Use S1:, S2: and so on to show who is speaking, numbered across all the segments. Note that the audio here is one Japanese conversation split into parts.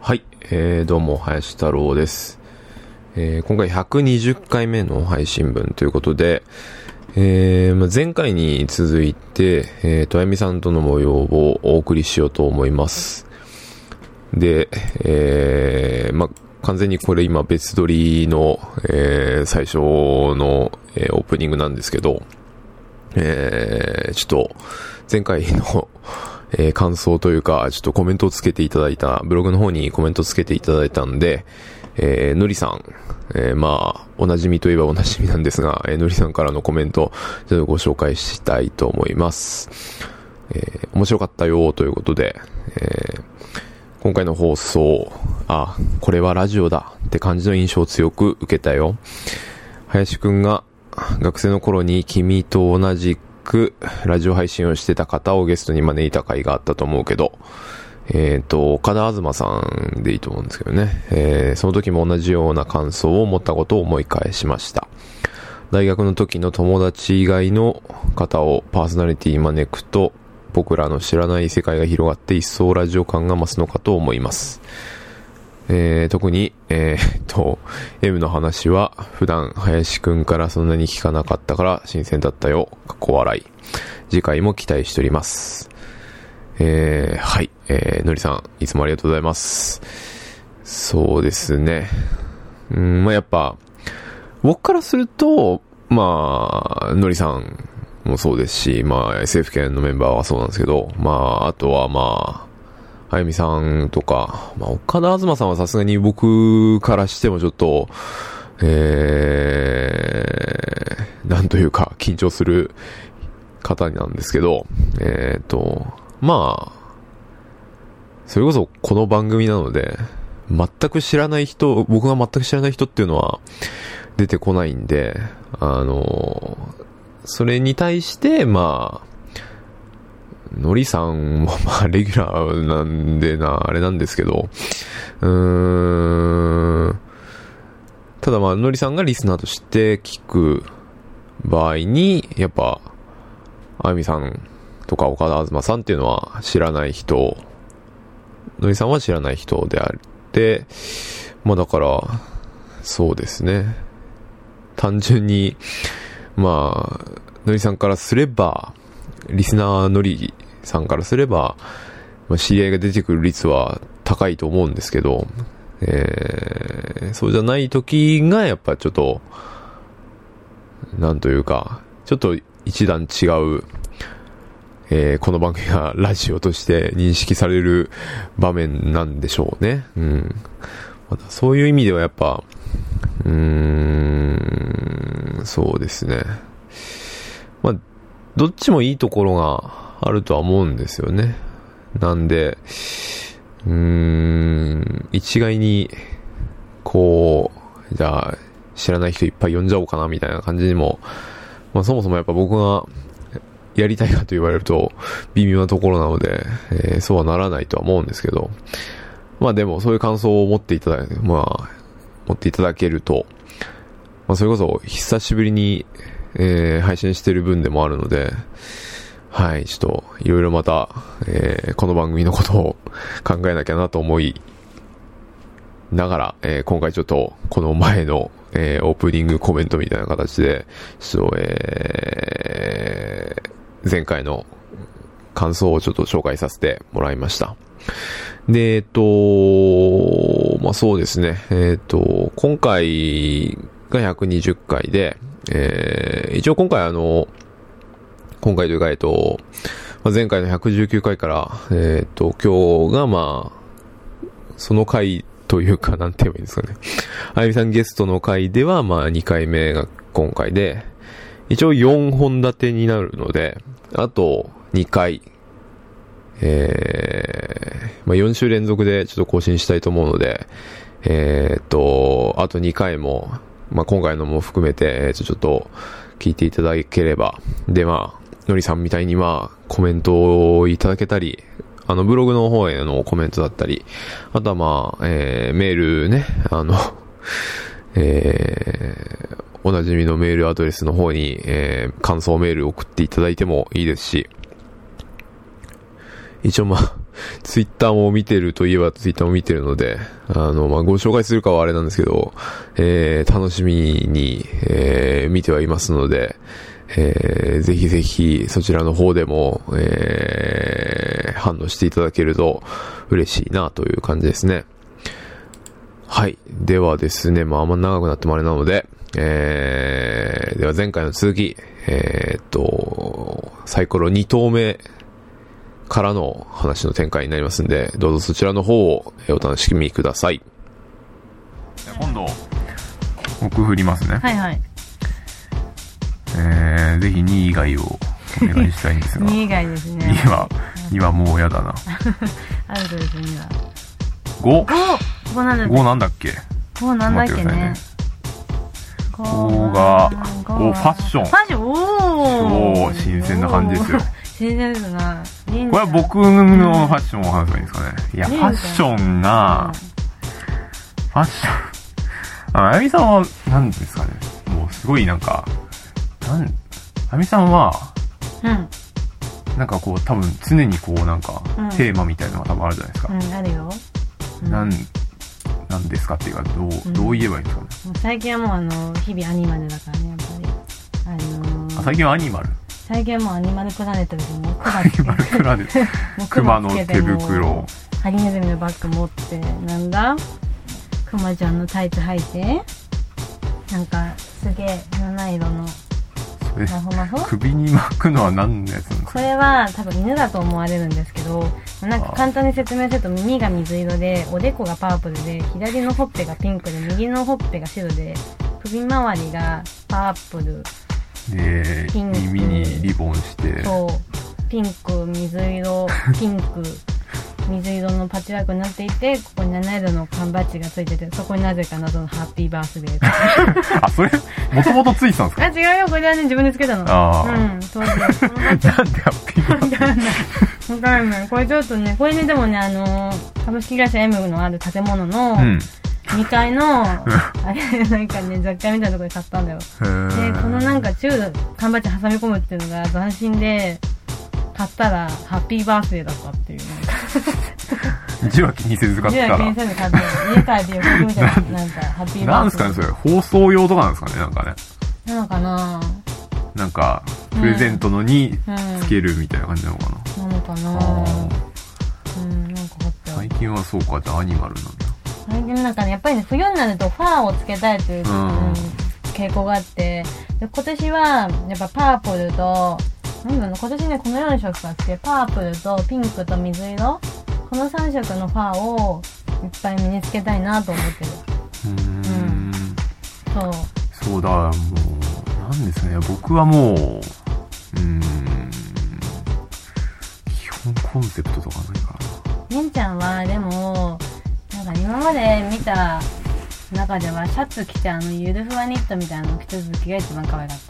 S1: はい、えー、どうも、林太郎です。えー、今回120回目の配信分ということで、えーまあ前回に続いて、えー、とやみさんとの模様をお送りしようと思います。で、えー、まあ、完全にこれ今別撮りの、えー、最初の、えーオープニングなんですけど、えー、ちょっと、前回の、えー感想というか、ちょっとコメントをつけていただいた、ブログの方にコメントつけていただいたんで、えーのりさん、えーまあ、おなじみといえばおなじみなんですが、えーのりさんからのコメント、ちょっとご紹介したいと思います。えー面白かったよということで、えー今回の放送、あ、これはラジオだって感じの印象を強く受けたよ。林くんが学生の頃に君と同じくラジオ配信をしてた方をゲストに招いた回があったと思うけど、えっ、と、岡田東さんでいいと思うんですけどね、えーその時も同じような感想を持ったことを思い返しました。大学の時の友達以外の方をパーソナリティ招くと、僕らの知らない世界が広がって一層ラジオ感が増すのかと思います。えー特に、えーっと、M の話は普段林くんからそんなに聞かなかったから新鮮だったよ。かっこ笑い。次回も期待しております。えーはい。えーのりさん、いつもありがとうございます。そうですね。うん、まあ、やっぱ、僕からすると、まあ、のりさんもそうですし、まあ、SF 圏のメンバーはそうなんですけど、まあ、あとはまあ、あゆみさんとか、まあ、岡田東さんはさすがに僕からしてもちょっと、えー、なんというか、緊張する方なんですけど、えっ、と、まあ、それこそこの番組なので、全く知らない人、僕が全く知らない人っていうのは出てこないんで、あの、それに対して、まあ、のりさんも、まあ、レギュラーなんでな、あれなんですけど、うーん。ただまあ、のりさんがリスナーとして聞く場合に、やっぱ、あゆみさんとか岡田あずまさんっていうのは知らない人、のりさんは知らない人であって、まあだから、そうですね。単純に、まあ、のりさんからすれば、リスナーのりさんからすれば、まあ、知り合いが出てくる率は高いと思うんですけど、えー、そうじゃない時がやっぱちょっと、なんというか、ちょっと一段違う、えー、この番組がラジオとして認識される場面なんでしょうね。うん。またそういう意味ではやっぱ、うーん、そうですね。まあ、どっちもいいところがあるとは思うんですよね。なんで、うーん、一概に、こう、じゃあ、知らない人いっぱい呼んじゃおうかな、みたいな感じにも、まあそもそもやっぱ僕が、やりたいかと言われると、微妙なところなので、えーそうはならないとは思うんですけど、まあでも、そういう感想を持っていただ、まあ、持っていただけると、まあそれこそ、久しぶりに、えー配信してる分でもあるので、はい、ちょっと、いろいろまた、えーこの番組のことを考えなきゃなと思い、ながら、えー今回ちょっと、この前の、えーオープニングコメントみたいな形で、ちょっと、えー前回の感想をちょっと紹介させてもらいました。で、えっと、まあ、そうですね。えっと、今回が120回で、えー一応今回あの、今回というか、えっと、まあ前回の119回から、えっと、今日がまあ、その回というか、なんて言えばいいんですかね。あゆみさんゲストの回では、まあ、2回目が今回で、一応4本立てになるので、あと2回、えーまあ、4週連続でちょっと更新したいと思うので、えーっと、あと2回も、まあ、今回のも含めて、えーっとちょっと聞いていただければ、で、まあ、のりさんみたいにまあ、コメントをいただけたり、あの、ブログの方へのコメントだったり、あとはまあ、えーメールね、あの、 えーおなじみのメールアドレスの方に、えー感想メール送っていただいてもいいですし、一応まあ、 ツイッターも見てるといえばツイッターも見てるので、あの、まあ、ご紹介するかはあれなんですけど、えー、楽しみに、えー、見てはいますので、えー、ぜひぜひそちらの方でも、えー、反応していただけると嬉しいなという感じですね。はい。ではですね、まあ、あんま長くなってもあれなので、えー、では前回の続き、えー、っと、サイコロ2投目からの話の展開になりますんで、どうぞそちらの方をお楽しみください。
S2: じゃあ今度、僕振りますね。
S3: はいはい。
S2: えー、ぜひ2位以外をお願いしたいん ですが、
S3: 2
S2: 2
S3: 以外ですね。
S2: は、2はもうやだな。
S3: アウトですね、2
S2: 5!5
S3: は。5、5なんだっけ
S2: なんだっけ
S3: 5なんだっけね。5
S2: 五がおファッション
S3: ファッション、お
S2: おー新鮮な感じですよ
S3: おー。新鮮ですな。これ
S2: これは僕のファッションを話せばいいんですかね。いや、
S3: い
S2: フ
S3: いん
S2: ァ
S3: じゃない
S2: ッションが、ファッション、あ、あやみさんは、なんですかね。もうすごいなんか、なん、あやみさんは、
S3: うん、
S2: なんかこう、多分常にこう、なんか
S3: うん、
S2: テーマみたいなのが多分あるじゃないですか。
S3: うん、あるよ。うん
S2: なん、なんですかっていうか、どう、
S3: ん
S2: どう言えばいいんですかね。
S3: もう最近はもうあの、日々アニマルだからね、やっぱり。あの
S2: あ
S3: ー、
S2: 最近はアニマル。
S3: 最近はもうアニマルプラネットですよ。もう
S2: ア
S3: 熊
S2: ニマルク ラで、
S3: もう
S2: 熊
S3: 熊
S2: の
S3: つけ
S2: 手
S3: ても
S2: 袋。
S3: ハリネズミのバッグ持ってなんだクマちゃんのタイツ履いてなんかすげえ七色の
S2: それ
S3: マフマフ
S2: 首に巻くのは何のやつなんです
S3: こ
S2: か
S3: れは多分犬だと思われるんですけどなんか簡単に説明すると耳が水色でおでこがパープルで左のほっぺがピンクで右のほっぺが白で首周りがパープル
S2: で、
S3: ピンク
S2: 耳にリボンして、
S3: そうピンク 水色ピンク水色のパッチワークになっていてここに7色の缶バッジがついててそこになぜか謎のハッピーバースデ ーが
S2: あ、それ、もともとついてたんです
S3: あ
S2: か
S3: 違うよこれはね自分でつけたの
S2: あ
S3: う
S2: ー
S3: ん当時 このバッ ジ
S2: なんでハッピーバースデー
S3: わかんないこれちょっとねこれねでもねあのー株式会社 M のある建物の
S2: うん。へ
S3: 2 階の、あれなんかね雑貨屋みたいなところで買ったんだよで
S2: ー
S3: このなんか中缶バッジ挟み込むっていうのが斬新で買ったらハッピーバースデーだったっていうね
S2: 字は気にせず買っ
S3: じゃ
S2: た
S3: あ、検
S2: ら。
S3: 査で買って、家帰って横みたいな、なんか、ハッピーバ
S2: なん
S3: ー
S2: す
S3: スデ
S2: かね、
S3: ー
S2: それ。放送用とかなんですかね、なんかね。
S3: なのかな
S2: なんか、プレゼントのに
S3: うん。
S2: つけるみたいな感じなのかな。
S3: なのかな
S2: あ
S3: うん、なんかあっ
S2: ー
S3: たよ。
S2: 最近はそうか、じゃあアニマルなんだ。
S3: 最近なんかね、やっぱりね、冬になるとファーをつけたいという、
S2: うん
S3: うん傾向があって、で、今年は、やっぱパープルと、なんだろうな、今年ね、この4色があって、パープルとピンクと水色この3色のファーをいっぱい身につけたいなと思ってる。
S2: うーん。
S3: そう。
S2: そうだ、もう、なんですかね、僕はもう、うーん、基本コンセプトとかないか
S3: ねんちゃんはでもなんか今まで見た中ではシャツ着てあのゆるふわニットみたいなの着続きが一番可愛かっ
S2: な。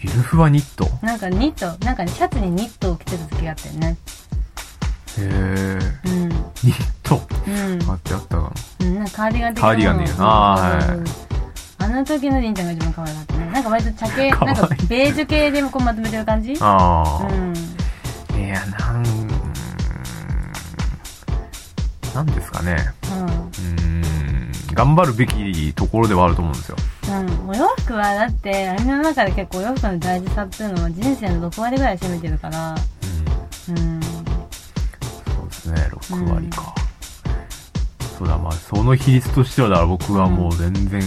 S2: ゆるふわニット
S3: たなんかニットなんかねシャツにニットを着て続きがあったよね
S2: へえ。
S3: うん
S2: ニット
S3: う
S2: あってあったか
S3: ん、うん、なんかカーディガン的
S2: カ
S3: な
S2: ーディガンね
S3: そうそうそう
S2: あーはい
S3: あの時のりんちゃんが一番可愛かったねなんか割と茶系
S2: 可
S3: な
S2: 愛
S3: ん
S2: い
S3: かベージュ系でもこうまとめてる感じ
S2: な。あ
S3: う
S2: あ、
S3: ん
S2: いや、なん、うーんなんですかね。
S3: うん
S2: うーん、頑張るべきところではあると思うんですよ。
S3: うん、お洋服はだってあれの中で結構お洋服の大事さっていうのは人生の6割ぐらい占めてるから
S2: うん、
S3: うん
S2: そうですね、6割か。そうだ、まあ、その比率としては、だから僕はもう全然、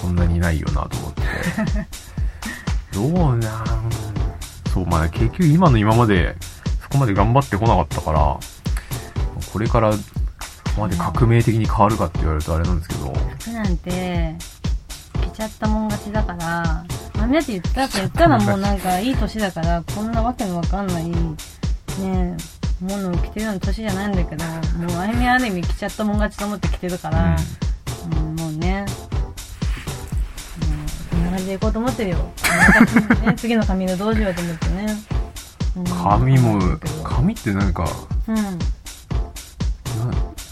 S2: そんなにないよなと思って。どうなんそう、まあ、結局今の今まで、そこまで頑張ってこなかったから、これから、そこまで革命的に変わるかって言われるとあれなんですけど、
S3: 服なんて着ちゃったもん勝ちだから豆って言ったって言ったらもうなんかいい年だからこんなわけのわかんないねえものを着てるような年じゃないんだけどもうあゆみある意味着ちゃったもん勝ちと思って着てるから、うんもうねうんこんな感じでいこうと思ってるよ、ね、次の髪のどうしようと思ってね、うん
S2: 髪も、髪ってなんか、
S3: うんうん
S2: な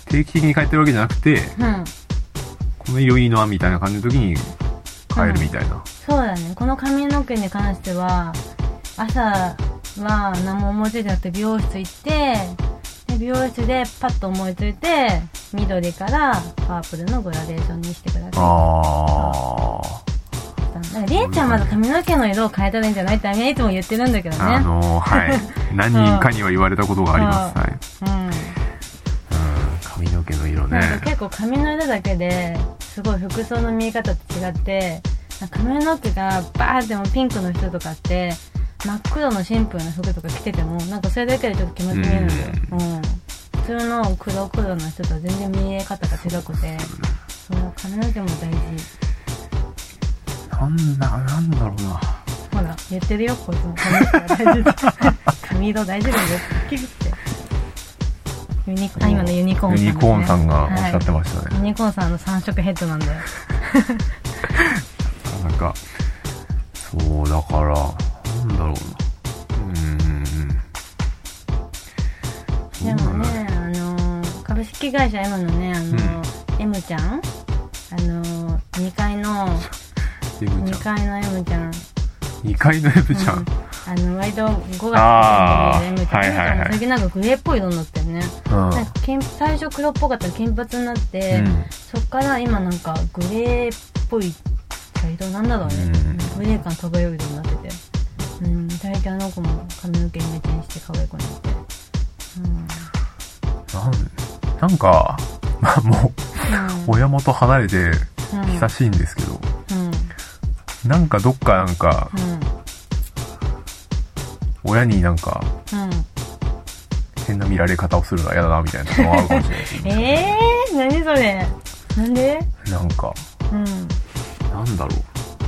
S2: 定期的に変えてるわけじゃなくて、この色いいなみたいな感じの時に変えるみたいな。
S3: そうだねこの髪の毛に関しては朝は何も思いついてなくて美容室行ってで美容室でパッと思いついて緑からパープルのグラデーションにしてください
S2: あー。
S3: だからりえちゃんはまず髪の毛の色を変えたらいいんじゃないってあみはいつも言ってるんだけどね
S2: あのー、 はい。何人かには言われたことがあります。
S3: うん
S2: はい。
S3: うん
S2: うん、髪の毛の色ね。
S3: なんか結構髪の色だけですごい服装の見え方と違って髪の毛がバーってもピンクの人とかって真っ黒のシンプルな服とか着ててもなんかそれだけでちょっと気持ち見えるんだよ、うん、普通の黒黒の人とは全然見え方が違くてその髪の毛も大事
S2: なんだ、なんだろうな。
S3: ほら言ってるよこいつも髪の毛が大事だ髪色大事だよキリってユニあ今のユニコーンさん、
S2: ユニコーンさんがおっしゃって
S3: ま
S2: ましたね。
S3: ユニコーンさんの3色ヘッドなんだよ
S2: なんか、そう、だから、なんだろうな。うーん。そうな
S3: で
S2: んだ
S3: もね、あのー株式会社 M のね、あのー M ちゃん、あのー、2階の、
S2: エブ
S3: 2
S2: ちゃん。
S3: 階の M ちゃん、
S2: 2階のエブちゃ
S3: うん
S2: ん。
S3: あの、割と5月に
S2: あー
S3: M ち
S2: はい
S3: ゃん、M ち
S2: はい
S3: ゃん
S2: はい
S3: も最近なんかグレーっぽい色になってるね。
S2: うん。
S3: なんか金最初黒っぽかったら金髪になって、
S2: うん
S3: そっから今なんかグレーっぽい色なんだろうね、
S2: う
S3: グレー感漂う色になっててうん大体あの子も髪の毛イメチェンして可愛い子になって
S2: なんなんか、まあも
S3: うん、
S2: う、親元離れて
S3: うん
S2: 久しいんですけど、
S3: うん
S2: なんかどっかなんか、
S3: う
S2: 親になんか、
S3: んうん
S2: 変な見られ方をするのは嫌だな、みたいな のがあるかもしれないです、ね。
S3: えー、何それなんで
S2: なんか、
S3: うん、
S2: なんだろ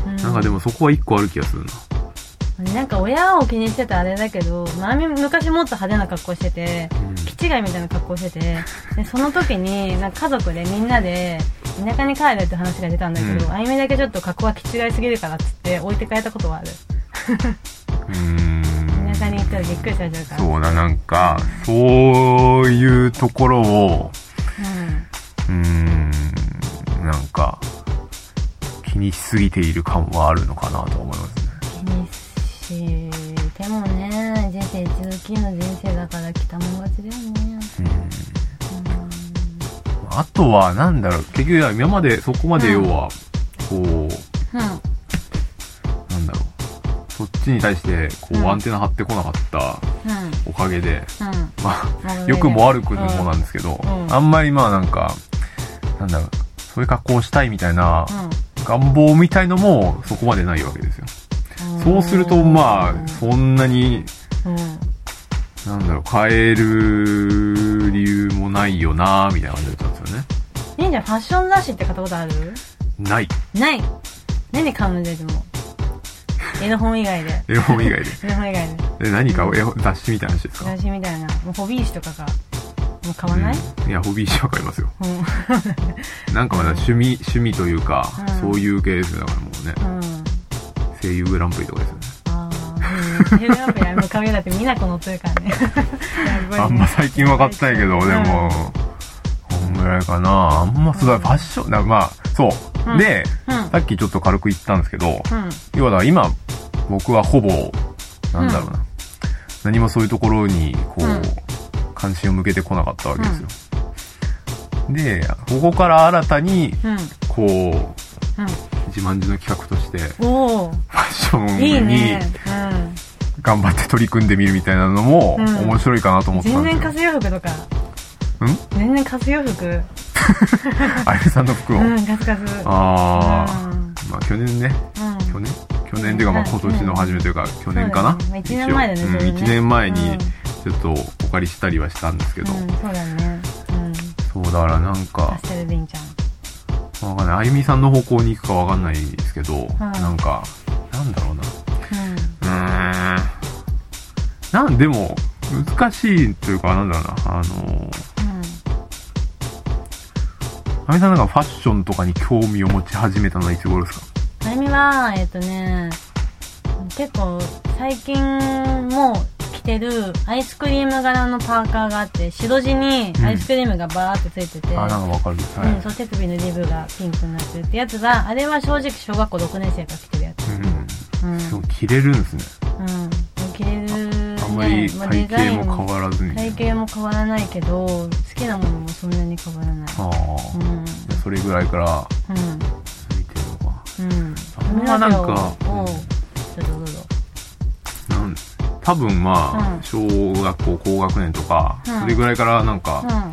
S3: うん、
S2: う。なんかでもそこは一個ある気がするな。
S3: なんか親を気にしてたあれだけど、まあ、昔もっと派手な格好してて
S2: うん
S3: キチガイみたいな格好しててでその時になんか家族でみんなで田舎に帰るって話が出たんだけど、
S2: うん
S3: あゆみだけちょっと格好はキチガイすぎるからっつって置いてかれたことはある
S2: うーん
S3: 田舎に行ったらびっくりされちゃうから
S2: そうだ、なんか、そういうところを、うーん、なんか、気にしすぎている感はあるのかなと思いますね。
S3: うん、気にしてもね人生一度きりの人生だから来たもん勝ちだよね
S2: うん
S3: うん
S2: あとは、なんだろう、結局、今までそこまで要は、こう、
S3: う
S2: なんだろう、そっちに対して、こ
S3: うん
S2: う、アンテナ張ってこなかった
S3: んうん
S2: おかげで、
S3: う
S2: まあ、
S3: ん
S2: 良くも悪く
S3: うん
S2: もなんですけど、
S3: うん
S2: あんまりまあなんか、なんだろう、そういう格好をしたいみたいな、
S3: う
S2: 願望みたいのもそこまでないわけですよ。
S3: ん
S2: そうすると、まあ、そんなに、
S3: うん
S2: なんだろう、変える理由もないよなみたいな感じだったんですよね。
S3: いいじゃんファッション雑誌って買ったことある
S2: ない。
S3: ない何買うのじゃあでも絵の本以外で
S2: 絵本以外で。
S3: 絵の本以外で
S2: え何か絵本雑誌みたいな話ですか
S3: 雑誌みたいなもうホビー誌とかがもう買わない、
S2: うんいや、ホビー誌は買いますよ。
S3: うん
S2: なんかまだ趣味、趣味というか、
S3: うん
S2: そういう系ですよ。だからもうね、
S3: うん
S2: 声優グランプリとかですよね。
S3: ああいいねテレビアップやもう髪だって美奈子乗ってるからねやばいね
S2: あんま最近は買ってないけど、
S3: うん
S2: でも、こんぐらいかな。あんまそうだ、ファッション、だまあ、そう。
S3: うん
S2: で、
S3: うん
S2: さっきちょっと軽く言ったんですけど、
S3: うん
S2: 要は今、僕はほぼ、なんだろうな。何もそういうところに、こう、
S3: うん
S2: 関心を向けてこなかったわけですよ。で、ここから新たに、
S3: うん
S2: こう、自慢自の企画として、フ
S3: うんおお
S2: ァッシ
S3: いい
S2: ョンに
S3: ね
S2: 頑張って取り組んでみるみたいなのも、
S3: うん
S2: 面白いかなと
S3: う
S2: 思
S3: ん
S2: った
S3: 全
S2: んで
S3: 然
S2: すよ。
S3: 活用服とか
S2: うん
S3: 全然活用服
S2: あゆみさんの服を。
S3: うんガツガツ
S2: あ
S3: う
S2: あ、
S3: ん
S2: まあ去年ね、去年去年っていうかまあ
S3: うん
S2: 今年の初めというか去年かな
S3: そうだねまあ一年
S2: 応
S3: 前だね
S2: うん
S3: それね
S2: 一年前に
S3: うん
S2: ちょっとお借りしたりはしたんですけ
S3: うん、
S2: ど、
S3: うん、そうだねうん
S2: そうだからなん
S3: パ
S2: か
S3: ス、テルリンちゃん
S2: わかんない、あゆみさんの方向に行くかわかんないですけど、なんか、なんだろうな。うーん。なん、でも、難しいというか、なんだろうな、あの、
S3: うんうん
S2: あゆみさんなんかファッションとかに興味を持ち始めたのはいつ頃ですか
S3: あゆみはえっ、とね結構最近も着てるアイスクリーム柄のパーカーがあって白地にアイスクリームがバーってついてて、
S2: あ、なんかわかる。は
S3: うん、
S2: い。
S3: そう手首のリブがピンクになってるってやつがあれは正直小学校6年生から着てるやつ
S2: うん。
S3: うん、う
S2: そう、着れるんですね。
S3: ん、着れる
S2: まり
S3: ねまあ
S2: 体
S3: デザイン
S2: 型も変わらずに。
S3: 体型も変わらないけど好きなものもそんなに変わらない
S2: あ
S3: う
S2: あ、
S3: んうん
S2: じゃあそれぐらいから見てるのか。
S3: うん
S2: あんまなんか
S3: 髪の毛を
S2: うん
S3: どうぞどうぞ
S2: なん多分まあ、
S3: うん
S2: 小学校高学年とか、
S3: うん
S2: それぐらいからなんか、
S3: う
S2: ま
S3: ん
S2: あ、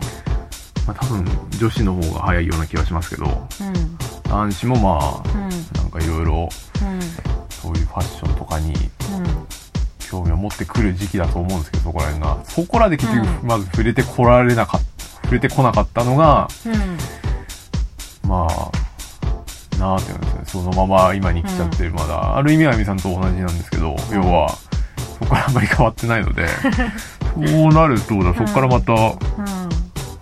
S2: 多分女子の方が早いような気がしますけど
S3: うん
S2: 男子もま
S3: うん
S2: あなんかいろいろ
S3: うん
S2: そういうファッションとかに
S3: うん
S2: 興味を持ってくる時期だと思うんですけどそこら辺がそこらで結局
S3: う
S2: まず触れてこられなかった触れてこなかったのが
S3: うん
S2: まあなあというんですよねそのまま今に来ちゃってる、まだある意味はみさんと同じなんですけど、要はそこからあんまり変わってないのでそうなるとだそこからまた、
S3: うん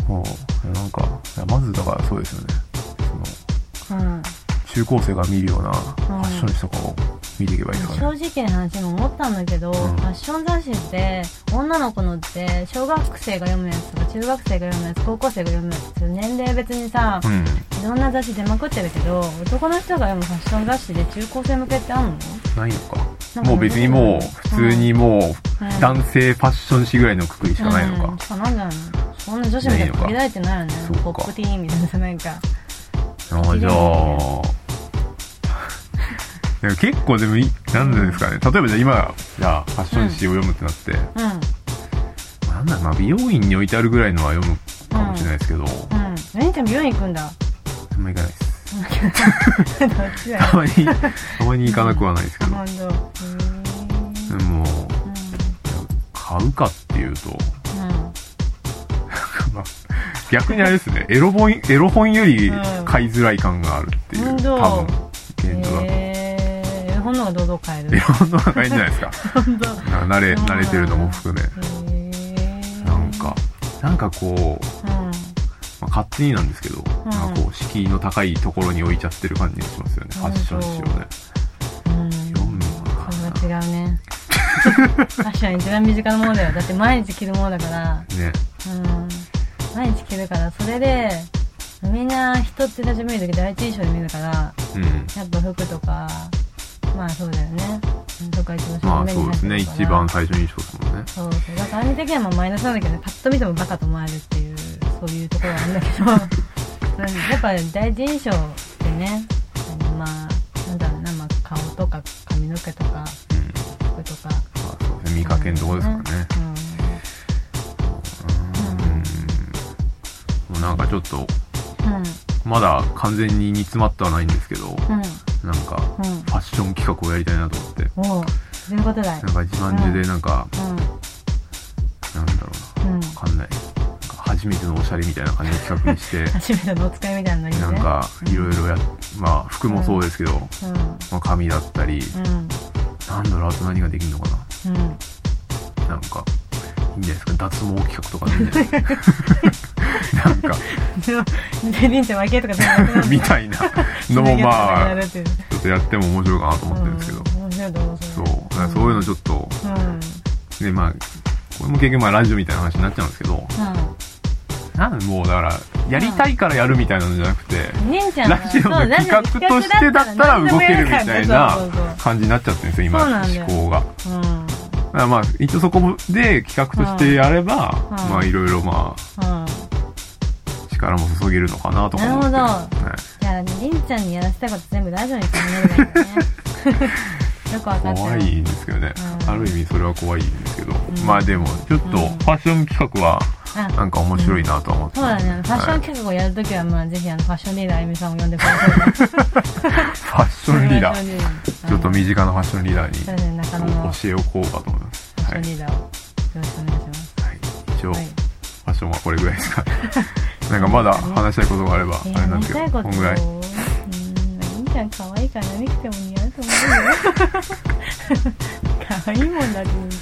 S2: もうなんかいやまずだからそうですよねその
S3: うん
S2: 中高生が見るようなファッション誌とかを見ていけばいいですか
S3: 正
S2: ね、
S3: 直な話も思ったんだけど、
S2: ん
S3: ファッション雑誌って女の子のって小学生が読むやつとか中学生が読むやつ高校生が読むやつって年齢別にさ、
S2: うん
S3: いろんな雑誌出まくってるけど男の人が読むファッション雑誌で中高生向けってあんの
S2: ないのか
S3: なんか
S2: もう別にもう普通にも
S3: うん
S2: う男性ファッション誌ぐらいのくくりしかないの
S3: う
S2: か
S3: ん、しかないんじゃないのそんな女子みたいに限られてないよね
S2: ないのか
S3: ポップティーンみたいなさなんか
S2: あ あじゃあでも結構でもいなんでですかね例えばじゃあ今じゃあファッション誌を読むってなって、
S3: うん
S2: なんだろうな美容院に置いてあるぐらいのは読むかもしれないですけど、
S3: うん何ちゃん美容院行くんだ
S2: あんま行かないです
S3: どっちだよ
S2: たまにたまに行かなくはないですけ
S3: あ
S2: ど
S3: ほんとへ
S2: で
S3: ー
S2: も
S3: う
S2: 買うかっていうと
S3: んうん
S2: まあ逆にあれですねエロ本エロ本より買いづらい感があるっていう、
S3: うん
S2: 多分現状だと、
S3: えー、絵本のが堂々変える。
S2: エロ本の方がいいんじゃないですか
S3: 本当。
S2: なんか 慣れ慣れてるのも含め
S3: へー
S2: なんか。なんかこう、
S3: うん。
S2: まあ、勝手になんですけど、
S3: うん
S2: なんかこう敷居の高いところに置いちゃってる感じがしますよね、
S3: うん
S2: ファッション誌をね
S3: うん。
S2: 読むのかな
S3: それは違うね。ファッション一番身近なものだよ。だって毎日着るものだから。
S2: ね
S3: うん。毎日着るから、それで、みんな人って最初見るとき第一印象で見るから、
S2: うん
S3: やっぱ服とか、まあそうだよね。うんとか一番
S2: ま
S3: 正
S2: あ
S3: 面に
S2: そうですね
S3: 入って
S2: 一
S3: るから
S2: 番最初に印象ですもんね
S3: そうそう。だからアニ的にはまあマイナスなんだけど、ね、パッと見てもバカと思われるっていう、そういうところはあるんだけど、 なんやっぱ第一印象ってね、あのまあ、なんだろうな、まあ顔とか髪の毛とか
S2: うん
S3: 服とか。
S2: まあそうですね見かけんとこですからね、うんもうなんかちょっと
S3: うん。うん。
S2: まだ完全に煮詰まってはないんですけど、
S3: う
S2: な
S3: ん。
S2: んかフ
S3: うん。
S2: ァッション企画をやりたいなと思って
S3: うん。おう、そういうことだい
S2: なん。か一番地でなんか、
S3: う。
S2: なんだろうん
S3: うん。
S2: なわかんないなんか初めてのおしゃれみたいな感じの企画に して
S3: 初めてのお使いみたいなのにね。
S2: なんかいろいろやまあ服もそうですけど、
S3: うん。
S2: まあ、髪だったり、
S3: うん。
S2: なんだろうあと何ができるのか
S3: うん。
S2: ななんかいいんじゃないですか脱毛企画とかでいいんじゃない ですかなんか
S3: でも、全員って分けとかじゃなくなる
S2: みたいなのもま
S3: や
S2: あ
S3: るっていう
S2: ちょっとやっても面白いかなと思ってるんですけど、
S3: うん面白いと思う
S2: そうだからそういうのち
S3: ょ
S2: ょっと
S3: っとうん
S2: ねまあこれも結局まあラジオみたいな話になっちゃうんですけどなんもうだからやりたいからやるみたいなのじゃなくて、
S3: うん姉ちゃん
S2: ラ
S3: は
S2: ジオの企画としてだったら動けるみたいな
S3: そう
S2: 感じになっちゃってるんですよ
S3: そう
S2: 今
S3: なんだよ
S2: 思考が。
S3: そうそううん
S2: だからまあ一応そこで企画としてやれば、
S3: うん
S2: まあいろいろまあ
S3: うん
S2: 力も注げるのかなとか思って
S3: なるほ
S2: はい
S3: じゃあ姉ちゃんにやらせたいこと全部ラジオにしてみれ ばいいねよく分かってる
S2: 怖いんですけどね、
S3: うん
S2: ある意味それは怖いんですけど、
S3: ん
S2: まあでもちょっと
S3: う
S2: フ
S3: ん
S2: ァッション企画は
S3: あ
S2: なんか面白いなとは思って
S3: そうだ
S2: ます、
S3: ねファッション
S2: はい
S3: 企画をやるときはまあぜひあのファッションリーダーあゆみさんを呼んでください
S2: ファッションリーダーちょっと身
S3: 短
S2: 近なファッションリーダ
S3: そ
S2: ー
S3: れ
S2: に
S3: で中野のファッ
S2: 教えをこうかと思います、
S3: シ
S2: は
S3: ョ
S2: い
S3: ンリーダーをよろしくお願いします
S2: はい、一応、
S3: はい
S2: ファッションはこれぐらいです かなんかまだ話したいことがあればあ
S3: え
S2: れ
S3: ー
S2: なん
S3: 話
S2: で
S3: し
S2: す
S3: たい
S2: け
S3: こ
S2: ど
S3: と
S2: こんぐらい
S3: うんいいじゃん可愛いから何着ても似合う と思うよ可愛いもんだって言うんじ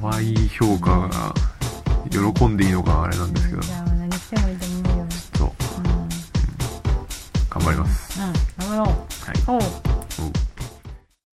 S2: 可愛い評価が喜んでいいのかあれなんですけ
S3: ゃん
S2: ど
S3: じ
S2: ち
S3: ゃあ何着てもいいと思うよ
S2: ょっと
S3: うんうん
S2: 頑張ります
S3: 頑張ろ
S2: は
S3: うおう